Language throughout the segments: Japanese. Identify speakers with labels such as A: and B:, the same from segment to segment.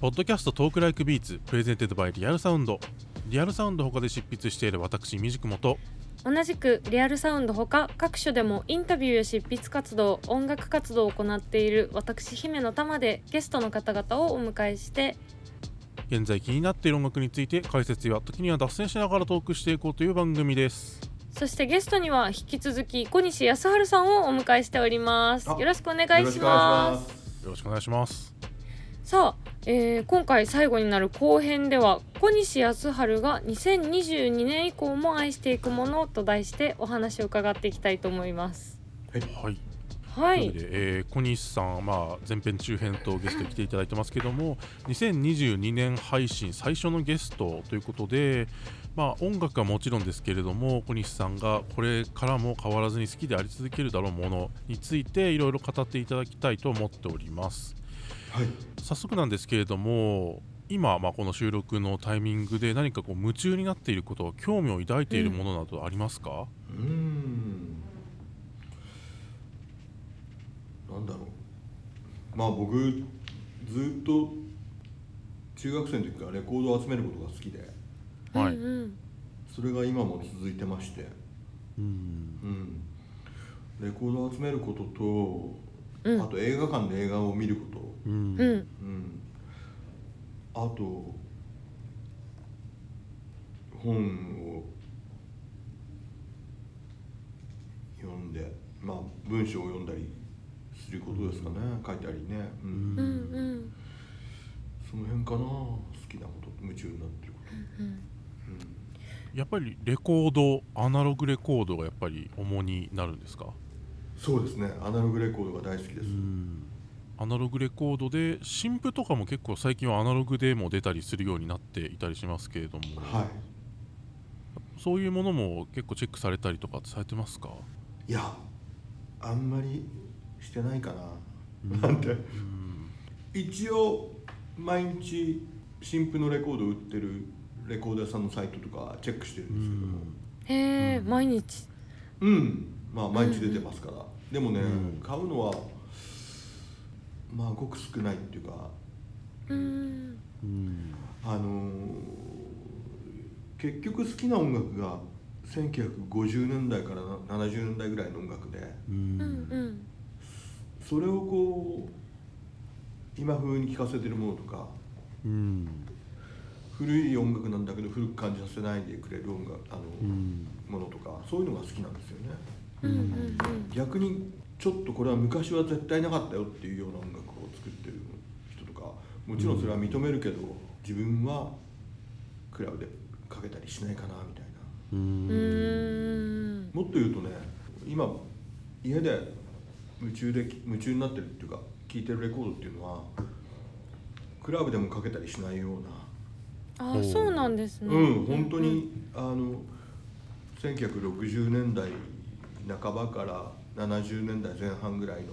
A: ポッドキャストトークライクビーツプレゼンテッドバイリアルサウンドリアルサウンド他で執筆している私みじくもと
B: 同じくリアルサウンドほか各所でもインタビューや執筆活動音楽活動を行っている私姫の玉でゲストの方々をお迎えして
A: 現在気になっている音楽について解説や時には脱線しながらトークしていこうという番組です
B: そしてゲストには引き続き小西康晴さんをお迎えしております
C: あ
B: よろしくお願
C: よ
B: い
C: ろ
B: し
C: くお
B: ま
C: 願
B: す
C: いします。
A: よろしくお願いします
B: さあ、えー今回最後になる後編では小西康晴が2022年以降も愛していくものと題してお話を伺っていきたいと思います
A: はい、
B: は
A: という
B: い
A: ことで、えー小西さん、まあ、前編中編とゲストに来ていただいてますけども2022年配信最初のゲストということで、まあ、音楽はもちろんですけれども小西さんがこれからも変わらずに好きであり続けるだろうものについていろいろ語っていただきたいと思っております。
C: はい。
A: 早速なんですけれども今、まあ、この収録のタイミングで何かこう夢中になっていること興味を抱いているものなどありますか、
C: うーん。なんだろう。まあ僕ずっと中学生の時からレコードを集めることが好きで、
A: はい
B: うんうん
C: それが今も続いてまして、
A: うん
C: うん。レコードを集めることと、
B: うん
C: あと映画館で映画を見ること、
A: うん
B: うん
C: うん。あと本を読んで、まあ文章を読んだりすることですかね。書いたりね。うん。
B: うんうん
C: その辺かな。好きなこと、夢中になってるこ
B: うん
A: やっぱりレコードアナログレコードがやっぱり主になるんですか
C: と。そうですね。アナログレコードが大好きです。
A: アナログレコードで新譜とかも結構最近はアナログでも出たりするようになっていたりしますけれども、
C: は
A: そういうものも結構チェックされたりとかってされてますか
C: い。いや、あんまりしてないかな。なんて。
A: うん
C: 一応毎日新婦のレコード売ってるレコード屋さんのサイトとかチェックしてるんですけども
B: へえ、毎日
C: うん、まあ毎日出てますから、でもね、
A: うん
C: 買うのはまあごく少ないっていうか
B: うん
A: うん
C: あのー結局好きな音楽が1950年代から70年代ぐらいの音楽で
A: う
B: うんうんん
C: それをこう今風に聴かせてるものとか
A: うん
C: 古い音楽なんだけど古く感じさせないでくれる音楽あの、
A: うん
C: ものとかそういうのが好きなんですよね
B: うんうん
C: 逆にちょっとこれは昔は絶対なかったよっていうような音楽を作ってる人とかもちろんそれは認めるけど自分はクラブでかけたりしないかなみたいな
A: う
B: うんうんん
C: もっと言うとね今家で夢中で夢中になってるっていうか聴いてるレコードっていうのはクラブでもかけたりしないような
B: あ
A: おう
B: ーそうなんですね
C: うん、本当に、あの1960年代半ばから70年代前半ぐらいの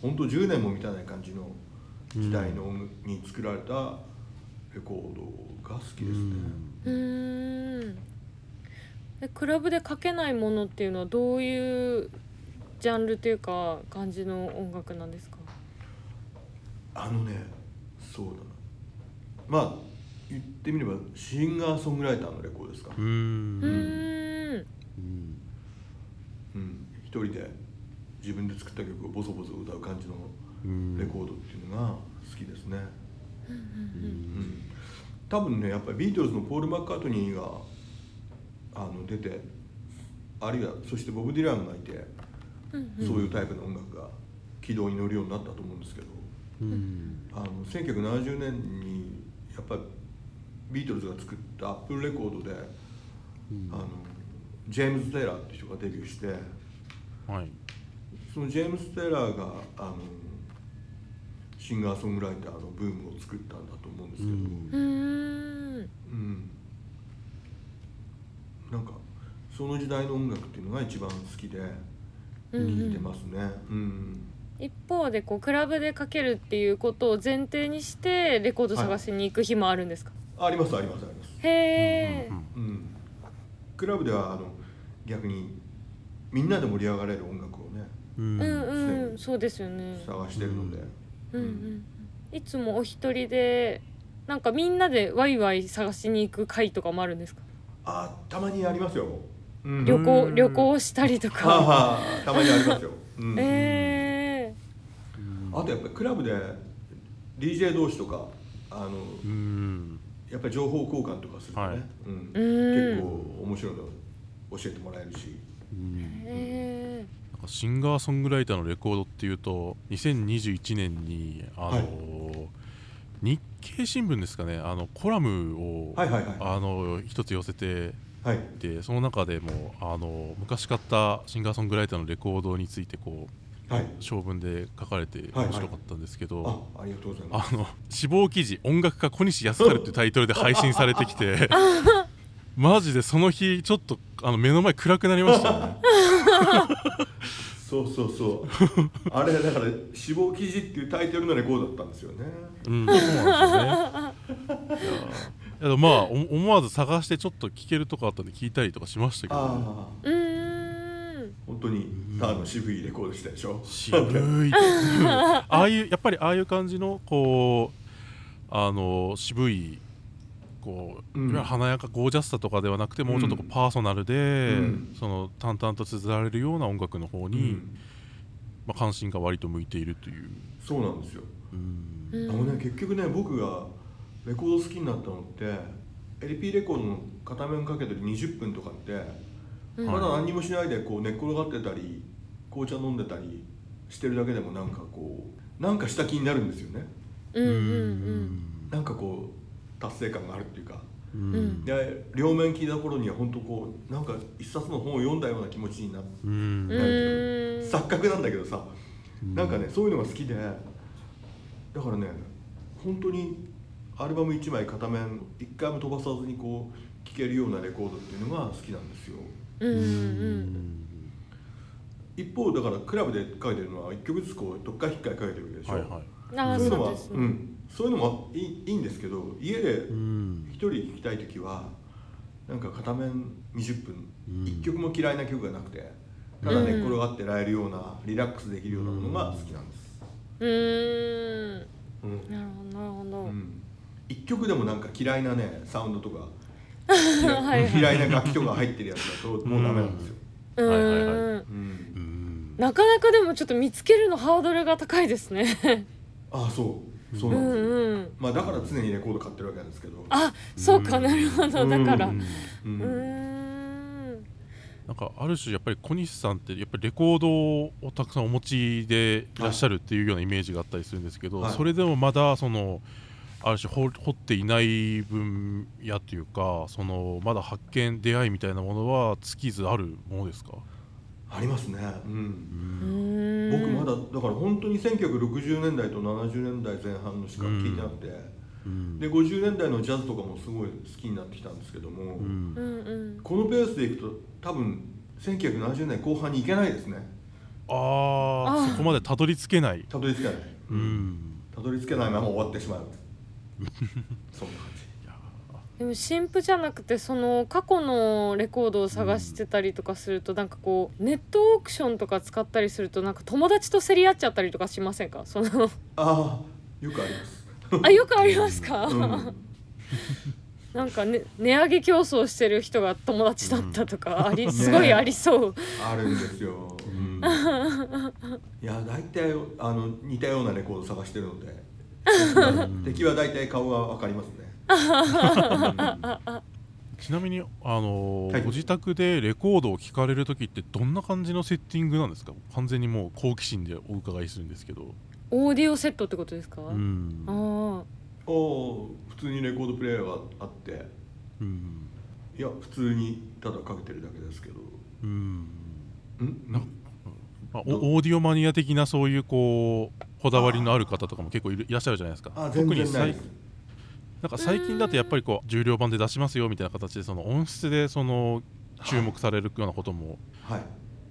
C: 本当10年も満たない感じの時代の、に作られたレコードが好きですね、
B: うんえクラブでかけないものっていうのはどういうジャンルというか感じの音楽なんですか
C: あのねそうだなまあ言ってみればシンガーソングライターのレコードですか、
A: うんうん
B: うーん
A: うん
C: うん、一人で自分で作った曲をボソボソ歌う感じの
A: うん
C: レコードっていうのが好きですね、
B: うん
C: うん多分ねやっぱりビートルズのポール・マッカートニーがあの出てあるいはそしてボブ・ディランがいて、
B: うん
C: そういうタイプの音楽が軌道に乗るようになったと思うんですけど
A: うん
C: あの1970年にやっぱりビートルズが作ったアップルレコードで、あのジェームズ・テイラーって人がデビューして
A: はい
C: そのジェームズ・テイラーがあのシンガーソングライターのブームを作ったんだと思うんですけど。
B: うんうん
C: うんなんかその時代の音楽っていうのが一番好きで
B: う
C: 聴いて
B: ん
C: ますねうん、
B: 一方でこうクラブでかけるっていうことを前提にしてレコード探しに行く日もあるんですか、
C: ありますありますあります
B: へえ、
C: うんクラブではあの逆にみんなで盛り上がれる音楽をね
A: うん
B: うんうん、
C: うん
B: そうですよね。
C: 探してるので、
B: うんうん。いつもお一人でなんかみんなでワイワイ探しに行く会とかもあるんですか、
C: あたまにありますよ、うん
B: 旅
A: う
B: 行
A: ん
B: 旅行したりと
C: はあ
B: か、
C: はあたまにありますよ、うん
B: え
A: うん
C: あとやっぱりクラブで DJ 同士とかあの
A: うん
C: やっぱり情報交換とかするとね、、
A: はいう
B: うんん
C: 結構面白いの教えてもらえるし
A: うん
B: え
A: なんかシンガーソングライターのレコードっていうと2021年にあの、
C: はい
A: 日経新聞ですかねあのコラムを、
C: はいはいはい
A: あの一つ寄せて
C: はい
A: でその中でもあの昔買ったシンガーソングライターのレコードについてこ
C: はいう
A: 小文で書かれて
C: はい
A: 面白かったんですけど、
C: あありがとうございま
A: あ
C: す
A: の死亡記事音楽家小西康晴っていうタイトルで配信されてきてマジでその日ちょっとあの目の前暗くなりましたよね。
C: そうそうそうあれだから「死亡記事」っていうタイトルのレコードだったんですよね
A: うん、そうなんですよね。いや、いやまあ、お思わず探してちょっと聞けるとこあったんで聞いたりとかしましたけど、ね、
C: ああ
B: ー、うーん
C: 本当にターの渋いレコードしたでしょ
A: 渋い。ああいうやっぱりああいう感じのこうあの渋いこう、
C: うん
A: いわゆる華やかゴージャスさとかではなくてもうちょっとこ
C: うん
A: うパーソナルで、
C: ん
A: その淡々と綴られるような音楽の方
C: う
A: に、
C: ん
A: まあ、関心が割と向いているという。
C: そうなんですよ
A: うん
B: うん
C: あのね結局ね僕がレコード好きになったのって LP レコードの片面かけてる20分とかって、
B: うん
C: まだ何にもしないでこう寝っ転がってたり紅茶飲んでたりしてるだけでもなんかこうなんかした気になるんですよね
B: うんうん
C: なんかこう達成感があるっていうか
A: うん
B: うん
C: で両面聞いた頃には本当こうなんか一冊の本を読んだような気持ちになって
A: うん
B: うんうーん
C: 錯覚なんだけどさ
A: うん
C: なんかねそういうのが好きでだからね本当にアルバム1枚片面一回も飛ばさずにこう聴けるようなレコードっていうのが好きなんですよ
B: うんう
A: うんん
C: 一方だからクラブで書いてるのは1曲ずつこうどっかひっかい書いてるわけでしょ、
A: はいはい。
B: うんああ
C: そういうの
B: そ
C: は
B: う
C: う
B: ですね
C: ん、そういうのもいいいいんですけど家で
A: うん
C: 一人聴きたい時はなんか片面20分、
A: うん
C: 一曲も嫌いな曲がなくてただ寝っ転がってらえるようなリラックスできるようなものが好きなんです、
B: うーん
C: うん
B: なるほどなるほど、
C: うん一曲でもなんか嫌いなねサウンドとか
B: はいはい
C: 嫌いな楽器とか入ってるやつだともうダメなんですよ、
B: う
A: はいはいはい
B: ーん
C: うん
A: うん
B: なかなかでもちょっと見つけるのハードルが高いですね
C: ああそうそううなん
B: ん
C: ですよ、
B: うん
C: まあ、だから常にレコード買ってるわけなんですけど
B: あそうか
A: うん
B: なるほどだからう
C: う
B: ん
C: う
B: ー
C: ん
B: ん
A: なんかある種やっぱり小西さんってやっぱりレコードをたくさんお持ちでいらっしゃるっていうようなイメージがあったりするんですけど、
C: はい
A: それでもまだそのある種掘掘っていない分野というかそのまだ発見出会いみたいなものは尽きずあるものですか、
C: ありますね、う、
A: うん
B: うんーん
C: 僕まだだから本当に1960年代と70年代前半のしか聞いてなくて、
A: うん
C: で50年代のジャズとかもすごい好きになってきたんですけども、
A: うん
B: うんうん
C: このペースでいくと多分1970年後半に行けないですね
A: あー
B: あー
A: そこまでたどり着けない、
C: たどり着けない、
A: うん、
C: たどり着けないまま終わってしまうそんな感じ
B: でも新譜じゃなくてその過去のレコードを探してたりとかするとなんかこうネットオークションとか使ったりするとなんか友達と競り合っちゃったりとかしませんかその
C: ああよくあります、
B: あよくありますか、
C: うん、
B: なんか、ね、値上げ競争してる人が友達だったとかあり、
C: ね
B: すごいありそう。
C: あるんですよ、うん、いや大体あの似たようなレコード探してるので敵は大体顔が分かりますね
A: ちなみに、あのー
C: はい
A: ご自宅でレコードを聴かれる時ってどんな感じのセッティングなんですか完全にもう好奇心でお伺いするんですけど、
B: オーディオセットってことですか、
A: うん
B: あ
C: おおー普通にレコードプレイヤーがあって
A: うん
C: いや普通にただかけてるだけですけど
A: うん
C: ん
A: なまあ、おオーディオマニア的なそういうこうこだわりのある方とかも結構いるいらっしゃるじゃないですか
C: あ全
A: 特に
C: 然な
A: 最
C: いです
A: なんか最近だとやっぱりこう重量版で出しますよみたいな形でその音質でその注目されるようなことも
C: はい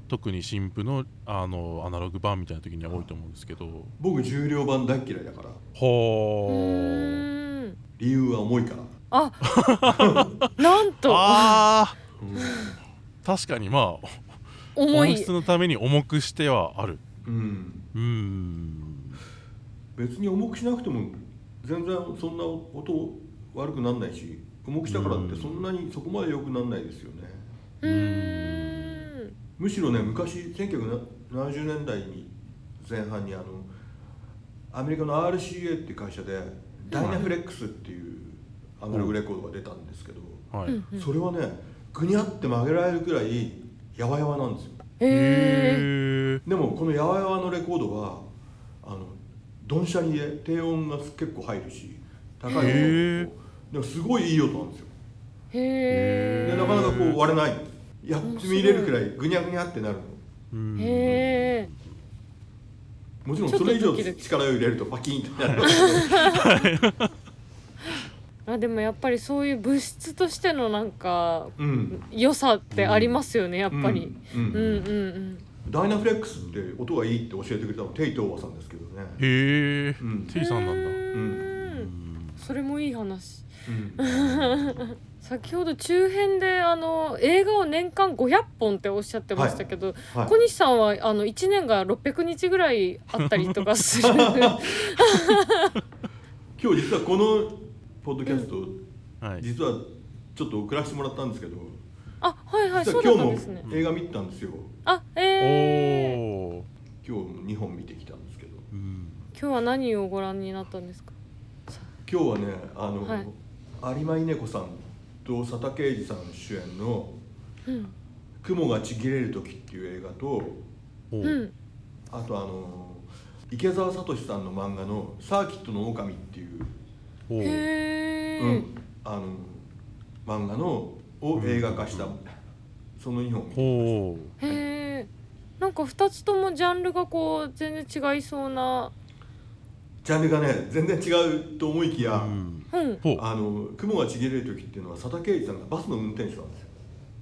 A: 特に新婦のあのアナログ版みたいな時には多いと思うんですけど
C: 僕重量版大っ嫌いだから
B: あう
A: ほー
B: ーん
C: 理由は重いから
B: あなんと
A: あー確かにまあ
B: 重
A: 音
B: い
A: 質のために重くしてはある
C: うん
A: うーん
C: 別に重くしなくても全然そんな音悪くならないし重くしたからってそんなにそこまで良くならないですよね、
B: うーん
C: むしろね昔1970年代に前半にあのアメリカの RCA って会社でダイナフレックスっていうアナログレコードが出たんですけど、
A: はい、
B: うん
C: それはねぐにゃって曲げられるくらいやわやわなんですよ
B: へえ
A: へえ
C: でもこのやわやわのレコードはあのドンシャリで低音が結構入るし高い音も
A: へー
C: でもすごいいい音なんですよ
B: へ
C: で
A: へ
C: なかなかこう割れないんですやってみれるくらいぐにゃぐにゃってなるの
A: うん
B: えへえ
C: もちろんそれ以上
B: ちょっとドキドキ
C: 力を入れるとパキンってなる
B: あでもやっぱりそういう物質としてのなんか
C: うん
B: 良さってありますよね、やっぱり、
C: うん
B: うん、うんうん
C: ダイナフレックスって音がいいって教えてくれたのテイトーワさんですけどね
A: へえ、
C: うん
A: テイさんなんだ
B: う
A: う
B: ーん
A: ん
B: それもいい話
C: うん
B: 先ほど中編であの映画を年間500本っておっしゃってましたけど、
C: はい
B: 小西さんはあの1年が600日ぐらいあったりとかする
C: 今日実はこのポッドキャスト
A: はい
C: 実はちょっと送らせてもらったんですけど
B: あはいはい
C: 実
B: そ
C: は
B: うだったん
C: 今
B: です
C: 日
B: ね
C: も映画見てたんですよ
B: あ
A: お
B: えー、
A: お、
C: 今日も2本見てきたんですけど
A: うん、
B: 今日は何をご覧になったんですか
C: 今日はねあの、
B: はい
C: 有馬稲子さんと佐田啓二さん主演の
B: うん
C: 「雲がちぎれる時」っていう映画と
A: お
B: う
A: ー
B: ん
C: あとあの池澤聡さんの漫画の「サーキットの狼っていう、
A: おー
B: へえ、
C: うん、あの漫画のを映画化した、その2本見て
A: おー
B: へえなんか2つともジャンルがこう全然違いそうな
C: ジャンルがね全然違うと思いきや、
A: うん
B: うん
A: ほう
C: あの雲がちぎれる時っていうのは佐田啓二さんがバスの運転手なんですよ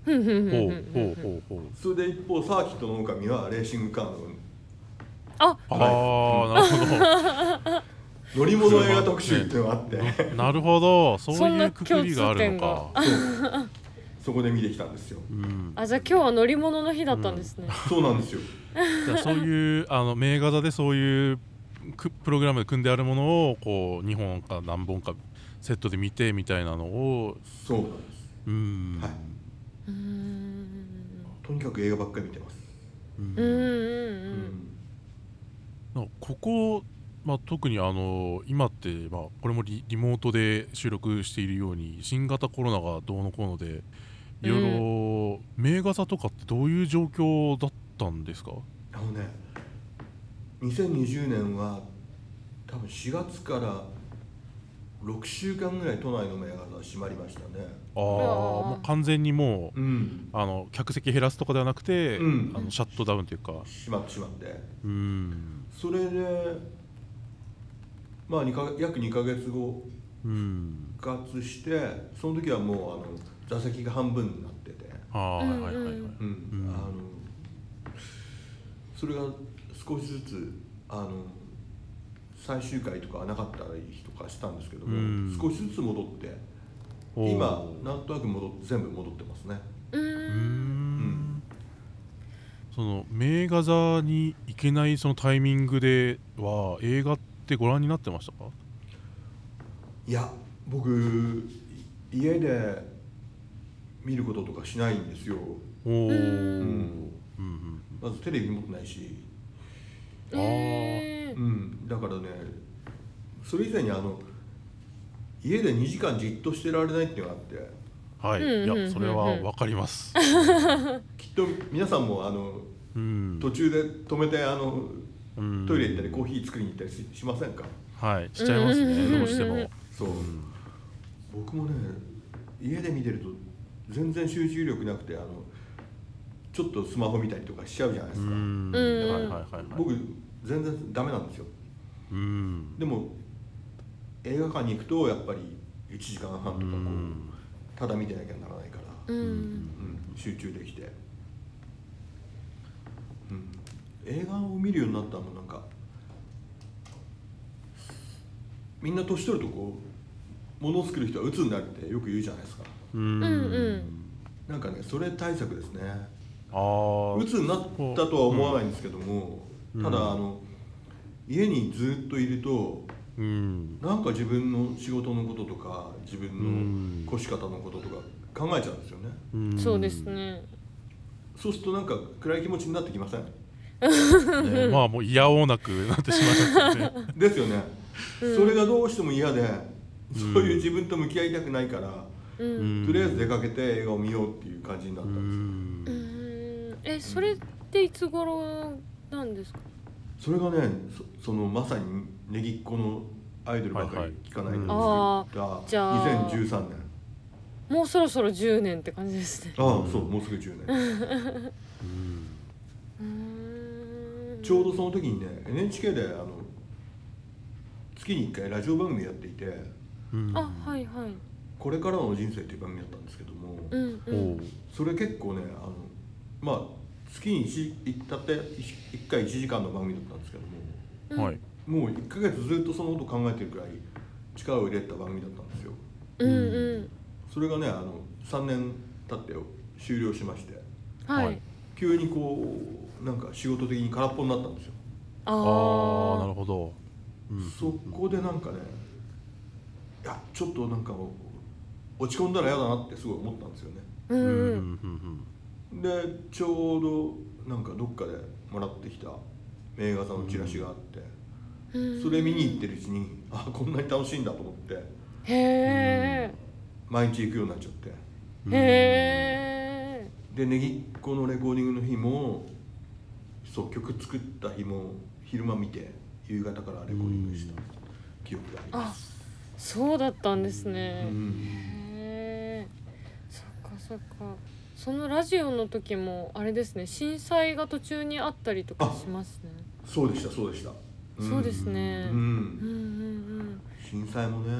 B: ふんふんふん
A: ほうほ
B: ふん
A: う
B: ふ
A: ほう
B: ん
A: ほう
C: それで一方サーキットの狼はレーシングカーの
B: あ
A: ああなる
C: 乗り物映画特集っていうのがあ って、
A: ほどなるほどそ
B: そ
A: うんい
B: な
A: うくくりがあるのか
C: そうそこで見てきたんですよ
A: うん
B: あじゃあ今日は乗り物の日だったんですね、
C: そうなんですよ
A: じゃあそういうあの名画座でそういうくプログラムで組んであるものをこう2本か何本かセットで見てみたいなのを
C: そうなんです
A: うん、
C: はい
B: うん、うーん
C: とにかく映画ばっかり見てます、
A: うん
B: うん
C: う
B: うん
C: ん
A: なんかここ、まあ、特にあの今って、まあ、これもリリモートで収録しているように新型コロナがどうのこうのでいろいろ名画座とかってどういう状況だったんですか
C: あのね2020年は多分4月から6週間ぐらい都内の名画座閉まりましたね
A: ああもう完全にもう
C: うん
A: あの客席減らすとかではなくて、
C: うん
A: あのシャットダウンというか
C: 閉まってしまって
A: うん
C: それでまあ2か約2ヶ月後
A: うん
C: 復活してその時はもうあの座席が半分になってて、
A: ああ、
B: うん
A: はいはいはい、
B: うん
C: うん
A: うん
C: あのそれが少しずつあの最終回とかはなかったりとかしたんですけども、
A: うん
C: 少しずつ戻って
A: おー
C: 今なんとなく戻っ全部戻ってますね
B: う
A: うー
B: ん
A: んその名画座に行けないそのタイミングでは映画ってご覧になってましたか
C: いや僕い家で見ることとかしないんですよ、
A: おお、う
C: うんん
A: うん
C: まずテレビ持ってないし、
A: あー
B: え
C: う
B: ー
C: ん、だからねそれ以前にあの家で2時間じっとしてられないっていうのがあって
A: はい、
B: うんうんうんうん
A: いやそれはわかり ます、
C: きっと皆さんもあの
A: うん、
C: 途中で止めてあの
A: うん
C: トイレ行ったりコーヒー作りに行ったりししませんか
A: はいしちゃいます
B: うんうんうんうん
A: ねどうしても
C: そう僕もね家で見てると全然集中力なくてあのちょっとスマホ見たりとかしちゃうじゃないで
A: う
C: す
A: ん
C: か、
B: うん
A: はいはいはいはい
C: 僕全然ダメなんですよ
A: うん
C: でも映画館に行くとやっぱり1時間半とかこう、
A: うん
C: ただ見てなきゃならないか
B: う
C: ら、
A: うんん
C: うん集中できて、うん、映画を見るようになったのもなんかみんな年取るとこうものを作る人は鬱になるってよく言うじゃないですか
A: うん
B: うんうん
C: なんかねそれ対策ですね
A: ああ
C: 鬱になったとは思わないんですけども、
A: うん
C: ただあの家にずっといると
A: うん
C: なんか自分の仕事のこととか自分
A: うん
C: の越し方のこととか考えちゃうんですよね
A: うん
B: そうですね
C: そうするとなんか暗い気持ちになってきません
A: ねまあもう嫌おうなくなってしまいますね
C: ですよね、
B: うん
C: それがどうしても嫌で
A: ん
C: そういう自分と向き合いたくないから、
B: う
A: う
B: ん、
A: ん
C: とりあえず出かけて映画を見ようっていう感じになっ
A: う
C: たんで
A: ん
B: うーんえそれっていつ頃なんですか
C: す、それがねそそのまさにねぎっこのアイドルばかり聞かないんですが、
B: じゃあ
C: 2013年
B: もうそろそろ10年って感じですね
C: ああ、
A: うん
C: そうもうすぐ10年
A: うん
B: うーん
C: ちょうどその時にね NHK であの月に1回ラジオ番組やっていて
A: うん
B: あはいはい
C: 「これからの人生」っていう番組だったんですけども、
B: うんう
A: おうん
C: それ結構ねあのまあ月に 1, たって1回1時間の番組だったんですけども
B: うん
A: はい
C: もう1ヶ月ずっとそのこと考えてるくらい力を入れた番組だったんですよ
B: うんうん
C: それがねあの3年経って終了しまして
B: はい、
A: はい
C: 急にこうなんか仕事的に空っぽになったんですよ、
B: あ
A: ああなる
B: あ
A: ほどうん
C: そこでなんかねいやちょっとなんか落ち込んだら嫌だなってすごい思ったんですよね
B: うん
A: うん
B: う
A: うん
B: ん
A: うん
C: でちょうどなんかどっかでもらってきた名画座のチラシがあって、
B: うん
C: それ見に行ってるうちにあこんなに楽しいんだと思って
B: へえ
C: 毎日行くようになっちゃって
A: うん
B: へえ
C: でねぎっこのレコーディングの日もそう曲作った日も昼間見て夕方からレコーディングした記憶がありま
B: あ
C: す、
B: そうだったんですね、
C: うん、
B: へえそっかそっかそのラジオの時もあれですね震災が途中にあったりとかしますね
C: そうでしたそうでした、ん
B: そうです
C: う
B: ね、うんうん
C: ん
B: うん
C: 震災もね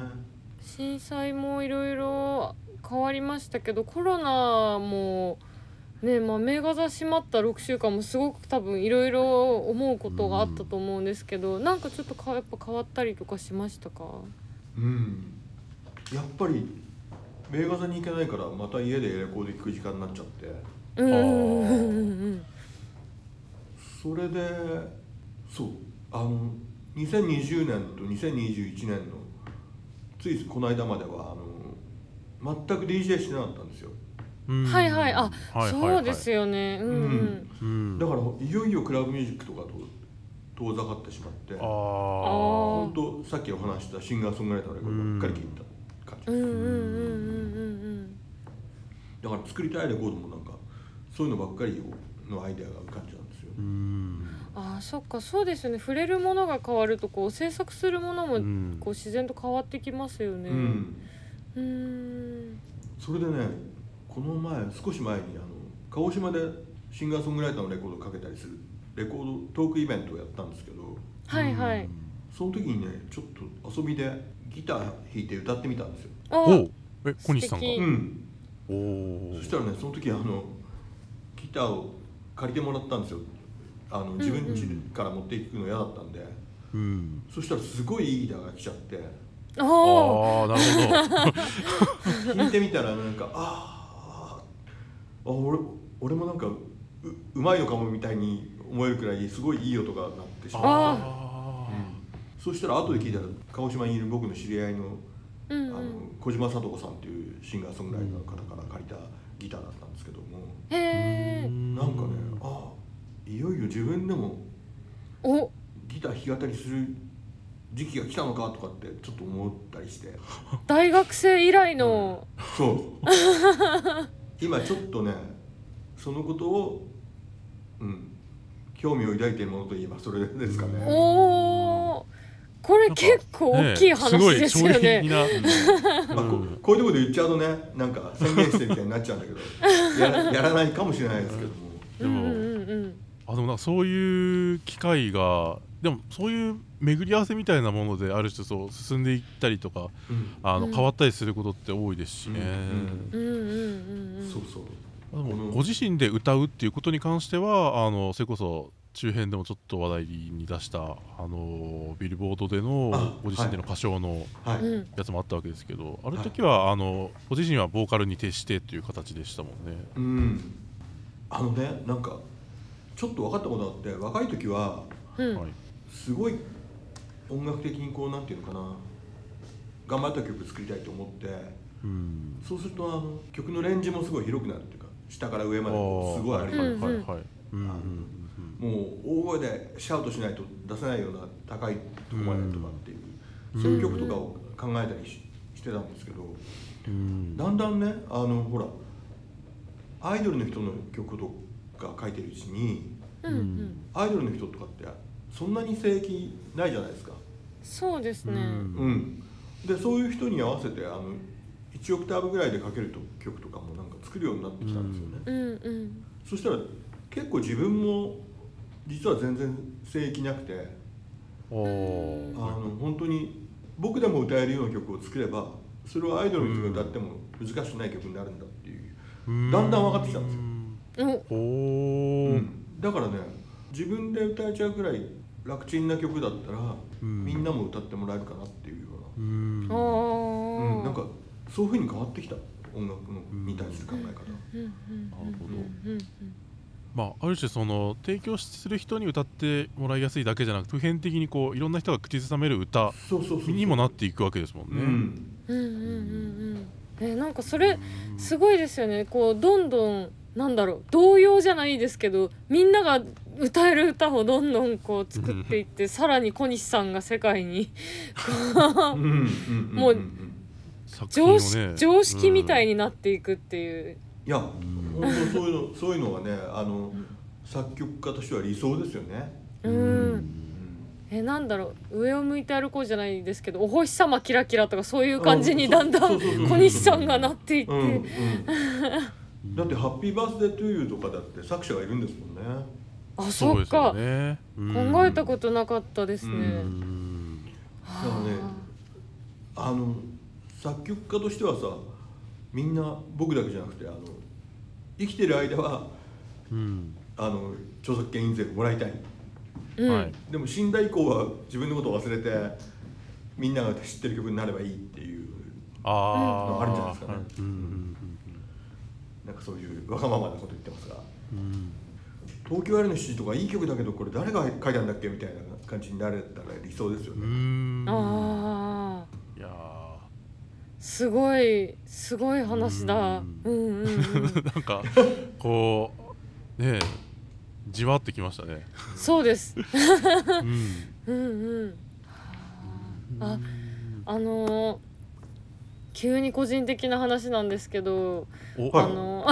B: 震災もいろいろ変わりましたけどコロナもねまあ名画座閉まった6週間もすごく多分いろいろ思うことがあったと思うんですけど、なんかちょっとかやっぱ変わったりとかしましたか
C: うんやっぱり名画座に行けないからまた家でレコーデ聞く時間になっちゃって
B: うんうんうんうん
C: それでそうあの2020年と2021年のついこの間まではあの全く DJ してなかったんですよ
A: うん
B: うんはいはいあ、そうです
A: よ
B: よねうん、うん
A: うん
C: だからいよいよクラブミュージックとかと遠ざかってしまって
A: あ
B: あ
A: あ
C: 本当さっきお話ししたシンガーソングライターのレコードばっかり聴いた感じ、
B: うんうんうんうんうん
C: だから作りたいレコードもなんかそういうのばっかりをのアイデアが浮かんじゃうんですよ、
A: うん
B: あーそっかそうですよね触れるものが変わるとこう制作するものも
A: うん
B: こう自然と変わってきますよね
C: うん
B: うーん
C: それでねこの前少し前にあの鹿児島でシンガーソングライターのレコードかけたりするレコードトークイベントをやったんですけど
B: はいはい
C: その時にねちょっと遊びでギター弾いて歌ってみたんですよ、
B: あ
A: おうえ小西さんが
B: 素敵
C: うん、
A: おお
C: そしたらねその時あのギターを借りてもらったんですよあの自分家から持っていくの嫌だったんで、
A: うん
C: そしたらすごいいいギターが来ちゃって
B: あ
A: あ
B: ー
A: あー なるほど
C: 弾いてみたらなんかあーあ俺俺もなんかううまいのかもみたいに思えるくらいすごいいい音が鳴ってしまう
A: あ
C: そしたら後で聞いたら鹿児島にいる僕の知り合いの,、
B: うん
C: あ
B: う
C: の
B: ん
C: 小島聡子さんっていうシンガーソングライターの方から借りたギターだったんですけども、
B: へえ
C: なんかねああいよいよ自分でも
B: お
C: ギター弾き語りする時期が来たのかとかってちょっと思ったりして
B: 大学生以来の
C: そう今ちょっとねそのことをうん興味を抱いているものといえばそれですかね
B: おーこれ結構
A: ね
B: 大きい話ですよ
A: すごい衝撃的
B: ね
A: な
C: まあ、こ
A: うん
C: こういうところで言っちゃうとねなんか宣言してみたいになっちゃうんだけどやらやらないかもしれないですけども
B: う
A: で
B: んうん
A: も
B: うん
A: あでもなんかそういう機会がでもそういう巡り合わせみたいなものである種そう進んでいったりとか
C: うん
A: あの
B: うん
A: 変わったりすることって多いですしね、
C: うん
B: うんうんうんうん
C: そうそう
A: まあで
C: この
A: もご自身で歌うっていうことに関してはあのそれこそ中編でもちょっと話題に出したあのビルボードでの
C: あ
A: ご自身での歌唱の
C: はい、
B: うん
A: やつもあったわけですけど、ある時はあのご自身はボーカルに徹してという形でしたもんね。
C: うんあのねなんかちょっと分かったことあって若い時は
B: うん
A: はい、
C: すごい音楽的にこうなんていうのかな頑張った曲作りたいと思って
A: うん
C: そうするとあの曲のレンジもすごい広くなるっていうか下から上までこうすごいあ
A: は
C: る
A: い
C: か
A: はい
C: ら、
B: うん
A: はいはいうんうんうん
C: もう大声でシャウトしないと出せないような高いとこまでとかっていう、
A: うん
C: そういう曲とかを考えたりししてたんですけど、
A: うん
C: だんだんねあのほらアイドルの人の曲とか書いてるうちに
B: うんうん
C: アイドルの人とかってそんなに性域ないじゃないですか。
B: そうですね
A: うん
C: うん、でそういう人に合わせてあの1オクターブぐらいで書けると曲とかもなんか作るようになってきたんですよね。
B: うんうん
C: そしたら結構自分も実は全然性域なくて
A: お
C: あ
A: ー
C: の本当に僕でも歌えるような曲を作ればそれをアイドルの人が歌っても難しくない曲になるんだっていう、
A: う
C: だんだん分かってきたんですよ
B: お
A: おおー
C: だからね自分で歌えちゃうくらい楽ちんな曲だったら、
A: うん
C: みんなも歌ってもらえるかなっていうよ
A: う
C: うんな、
B: あ
C: うん
B: あ
C: なんかそういうふうに変わってきた音楽のに対する考え方、
B: うんうんうんうんうん
A: まあ、ある種その提供する人に歌ってもらいやすいだけじゃなく普遍的にこういろんな人が口ずさめる歌
C: そうそうそうそう
A: にもなっていくわけですもん
C: う
A: ね。
C: ん
B: うんうんうんうんえなんかそれすごいですよねこうどんどんなんだろう童謡じゃないですけどみんなが歌える歌をどんどんこう作っていってさらに小西さんが世界に
C: うんうん
B: もうん
C: ん
A: 作品を
B: 常
A: ね
B: 識,、常識みたい
A: に、
B: になっていくっていう、
C: いや、
A: ん
C: 本当そういうのそういうのはねあの、
B: ん
C: 作曲家としては理想ですよね。
B: うんえなんだろう上を向いて歩こうじゃないですけどお星様キラキラとかそういう感じにだんだ
C: そ
B: ん
C: うそうそうそう
B: 小西さんがなっていって、
C: うんうん、だって「ハッピーバースデートゥーユー」とかだって作者がいるんですもんね。
B: あ
A: そう
B: そ
A: で
B: っ
A: すよ
B: か、
A: ね、うん
B: 考えたことなかったですね。
A: うん
C: だからねあの作曲家としてはさみんな僕だけじゃなくてあの生きてる間は
A: うん
C: あの著作権印税をもらいたい。
B: うん
A: はい
C: でも死んだ以降は自分のことを忘れてみんなが知ってる曲になればいいっていう
A: あー
C: あるんじゃないですかね
A: はうん
C: なんかそういうわがままなこと言ってますが。
A: うんうんうん
C: 東京 L の7時とかいい曲だけどこれ誰が書いたんだっけみたいな感じになれたら理想ですよ
A: う
C: ね、
A: ん
B: ああ
A: いやー
B: すごいすごい話だ。う
A: うんん
B: うんうん。
A: なんかこうねえじわってきましたね。
B: そうです。
A: うん
B: うんうん。ああのー急に個人的な話なんですけど、
A: お
C: はい
B: あの ー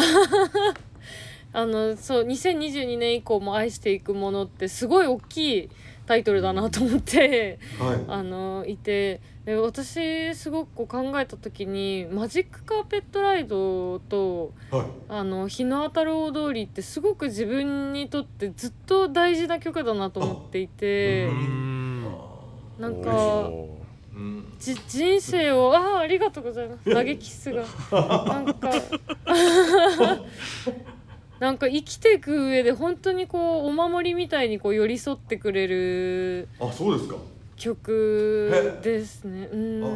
B: あのそう2022年以降も愛していくものってすごい大きいタイトルだなと思って。
C: はい
B: あのいてで私すごくこう考えた時にマジックカーペットライドと
C: はい
B: あの日の当たる大通りってすごく自分にとってずっと大事な曲だなと思っていて
C: あうん
B: なんか
A: お
C: うん
B: じ人生をああありがとうございます投げキ スがなんか なんか生きていく上で本当にこうお守りみたいにこう寄り添ってくれる
C: あそうですか、
B: 曲ですね。うん
C: あ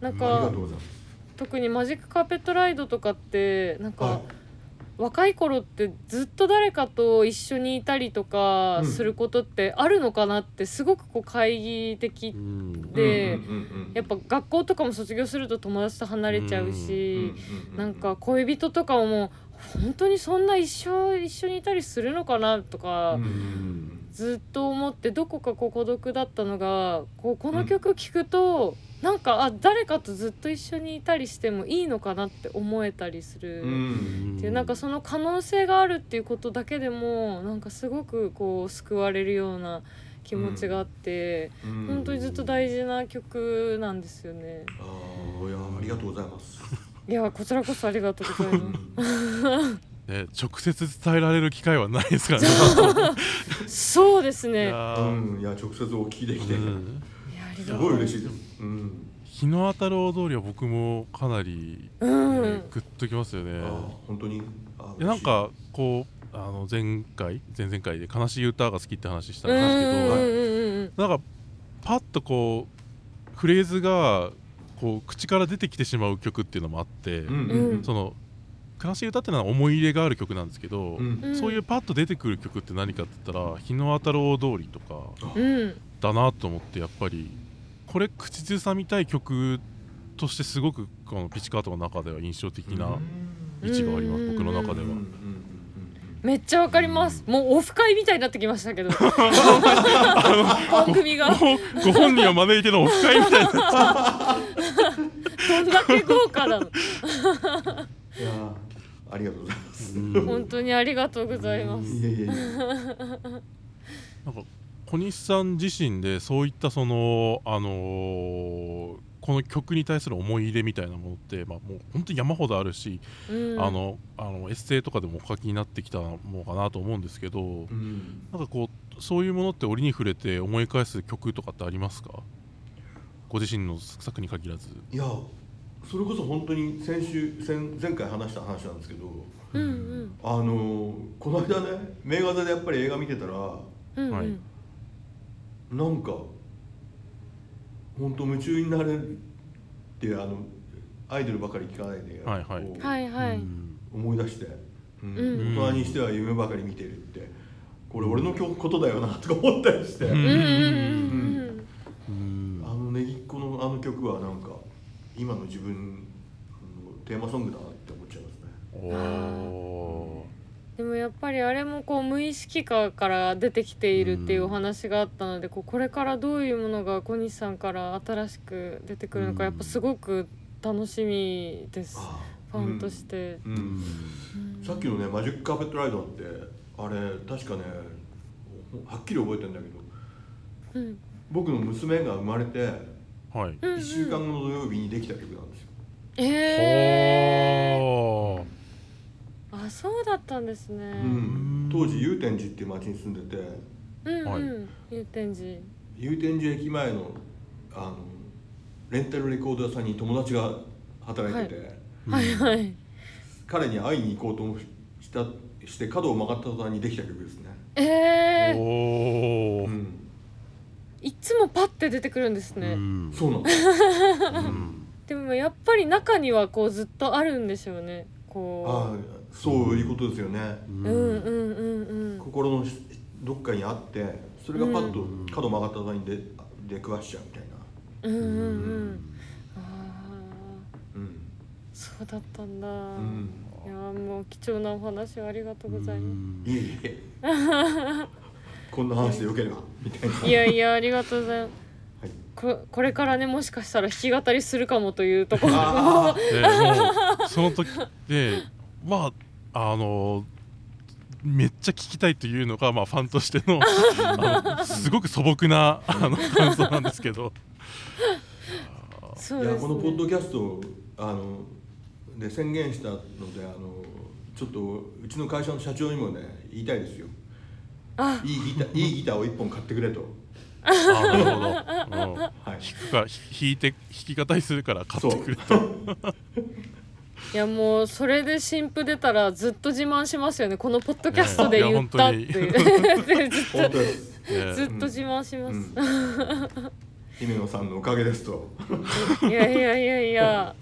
B: なん
C: あありが
B: か
C: とうございます
B: 特にマジックカーペットライドとかってなんか、
C: は
B: 若い頃ってずっと誰かと一緒にいたりとか
C: うん
B: することってあるのかなってすごくこう懐疑的
A: ーうん
C: い
B: で
C: うんうんうんうん
B: やっぱ学校とかも卒業すると友達と離れちゃう
C: う
B: し
C: んうう
B: なんか恋人とかももう本当にそんな一生一緒にいたりするのかなとか。
C: うんうんうん
B: ずっと思ってどこかこう孤独だったのがこうこの曲聴くと、なんかあ誰かとずっと一緒にいたりしてもいいのかなって思えたりする、
C: うんうん
B: っていうなんかその可能性があるっていうことだけでもなんかすごくこう救われるような気持ちがあって、
C: うん
B: 本当にずっと大事な曲なんですよね。
C: あーいやありがとうございます
B: いやこちらこそありがとうございま
A: ね、直接伝えられる機会はないですからね。
B: す。そうです
A: い
B: ね。いや
A: や
C: う
A: ー
C: んいや直接お聞きできて、
A: うん
B: あり
C: す
B: がと
C: ご
B: う
C: い嬉しいですうん
A: 日の当たる大通りは僕もかなり
B: う
A: え
B: ん、
A: ーグッときますよ
C: あ
A: ね。
C: ー本当にあ
A: いやなんかこうあの前回前々回で悲しい歌が好きって話したんですけ
B: うん
A: ど、
B: うんうん
A: なんかパッとこうフレーズがこう口から出てきてしまう曲っていうのもあって、
C: 嬉しいうんうんうん
A: その悲しい歌ってのは思い入れがある曲なんですけど、
C: うん
B: うん
A: そういうパッと出てくる曲って何かって言ったら「日の当たる大通り」とか
C: あ
B: うんうん
A: だなと思ってやっぱりこれ口ずさみたい曲としてすごくこのピチカートの中では印象的な位置があります、
B: うん
A: 僕の中で
C: う
A: は
C: んうんうんうん。
B: めっちゃわかりますもうオフ会みたいになってきましたけど 番組が
A: ご本人を招いてのオフ会みたいな
B: どんだけ豪華なの
C: いやーありがとうございます。
B: 本当にありがとうございます
C: いやいやいや。
A: なんか小西さん自身でそういったそのあのーこの曲に対する思い入れみたいなものって、まあ、もう本当に山ほどあるし、
B: うん
A: あのあのエッセイとかでもお書きになってきたのかなと思うんですけど、
C: うん
A: なんかこうそういうものって折に触れて思い返す曲とかってありますかご自身の作に限らず
C: いやそれこそ本当に先週先前回話した話なんですけど
B: うんうん
C: あのーこの間ね名画座でやっぱり映画見てたら
B: うんうん、
A: はい
C: なんか本当夢中になれるってあのアイドルばかり聞かないで、
A: はいはい
C: こう
B: はいは
A: う
B: い
A: ん
C: 思い出して、うん
B: うん
C: 大人にしては夢ばかり見てるってこれ俺のことだよなとか思ったりして、
A: うん
B: うんうん
A: うん
C: あのねぎっこのあの曲はなんか今の自分のテーマソングだなって思っちゃいますね。
A: おー
B: でもやっぱりあれもこう無意識化から出てきているっていうお話があったのでこうこれからどういうものが小西さんから新しく出てくるのか
A: うん
B: やっぱすごく楽しみです
C: あ
B: ファンとして、
C: うんうんさっきのね「マジック・カーペット・ライダー」ってあれ確かねはっきり覚えてんだけど
B: うん
C: 僕の娘が生まれて
A: はい
B: うんうん
C: 1週間後の土曜日にできた曲なんですよ。
B: えー、
A: おー
B: あそうだったんですね、
C: うん、当時祐天寺っていう町に住んでて
B: うん
A: はい
B: うん祐天寺
C: 祐天寺駅前のあのレンタルレコード屋さんに友達が働いてて、
B: はいはい
C: 彼に会いに行こうと思したして角を曲がった途端にできた曲ですね。
B: えー、
A: お
C: う
A: ー
C: ん、
B: いつもパッて出てくるんですね、
A: うん
C: そう なんです。
A: うん
B: でもやっぱり中にはこうずっとあるんでしょうねこ
C: ああそういうことですよね。
B: ううんうんうんうん
C: 心のしどっかにあってそれがパッと角曲がった途端にで出くわしちゃうみたいな。
B: うんう
A: う
B: んうん
A: ん
B: ああ
C: うん
B: そうだったんだ、
C: うん、
B: いやーもう貴重なお話をありがとうございま
C: いえ いえこんな話でよければみたいな。
B: すいやいやありがとうございます
C: はい
B: ここれからねもしかしたら弾き語りするかもというところ
C: あー
A: でもうその時でまああのめっちゃ聞きたいというのが、まあ、ファンとしてのあのすごく素朴なあの感想なんですけど
B: そうで
C: い
B: す
C: や
B: ね
C: このポッドキャストあので宣言したのであのちょっとうちの会社の社長にもね言いたいですよ
B: あ
C: いいギターいいギターを一本買ってくれと、
A: あなるほど、うん弾
C: はい、
A: くかひ弾いて弾き語りするから買ってくれと
B: いやもうそれで新婦出たらずっと自慢しますよねこのポッドキャストで言ったっていう ず
C: 本
B: っ
C: 当で
B: と
C: す、
A: え
B: ず
A: え
B: っと自慢しま
C: うん
B: す、、
C: 姫野さんのおかげです と
B: いやいやいやい や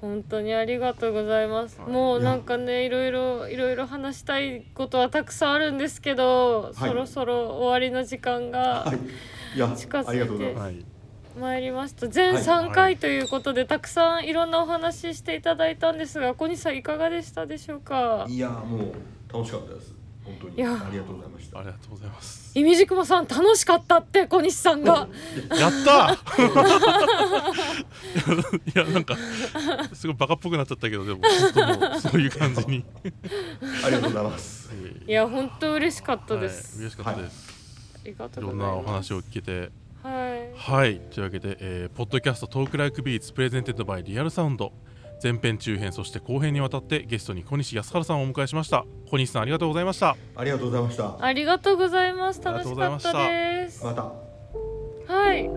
B: 本当にありがとうございます、
A: はい
B: もうなんかねいろいろいろいろ話したいことはたくさんあるんですけど、
C: はい
B: そろそろ終わりの時間が
C: はいいや
B: 近づいて
C: ありがとうございます、
A: はい
B: 参りました全
C: はい
B: 3
A: は
B: 回
A: い
B: ということでたくさんいろんなお話ししていただいたんですが小西さんいかがでしたでしょうか
C: い、やもう楽しかったです本当
B: い
C: に
B: や
C: ありがとうございました
A: ありがとうございます
B: いみじくまさん楽しかったって小西さんが。
A: やったー いやいやなんかすごいバカっぽくなっちゃったけどでも本当もうそういう感じに、
C: ありがとうございます
A: え
B: いや 本当嬉しかったです。
A: はい、嬉しかったです、
B: ありがと
A: いうろ
B: ござ
A: ん
B: います。
A: なお話を聞けて
B: はい。
A: はいというわけで、えーポッドキャストトークライクビーツプレゼンテッドバイリアルサウンド前編中編そして後編にわたってゲストに小西康原さんをお迎えしました小西さんありがとうございました
C: ありがとうございました
B: ありがとうございます。
A: ありが
B: 楽
A: とうご
B: し
A: ざい
B: か
A: ま
B: っ
A: した
B: たです。
C: また
B: はい。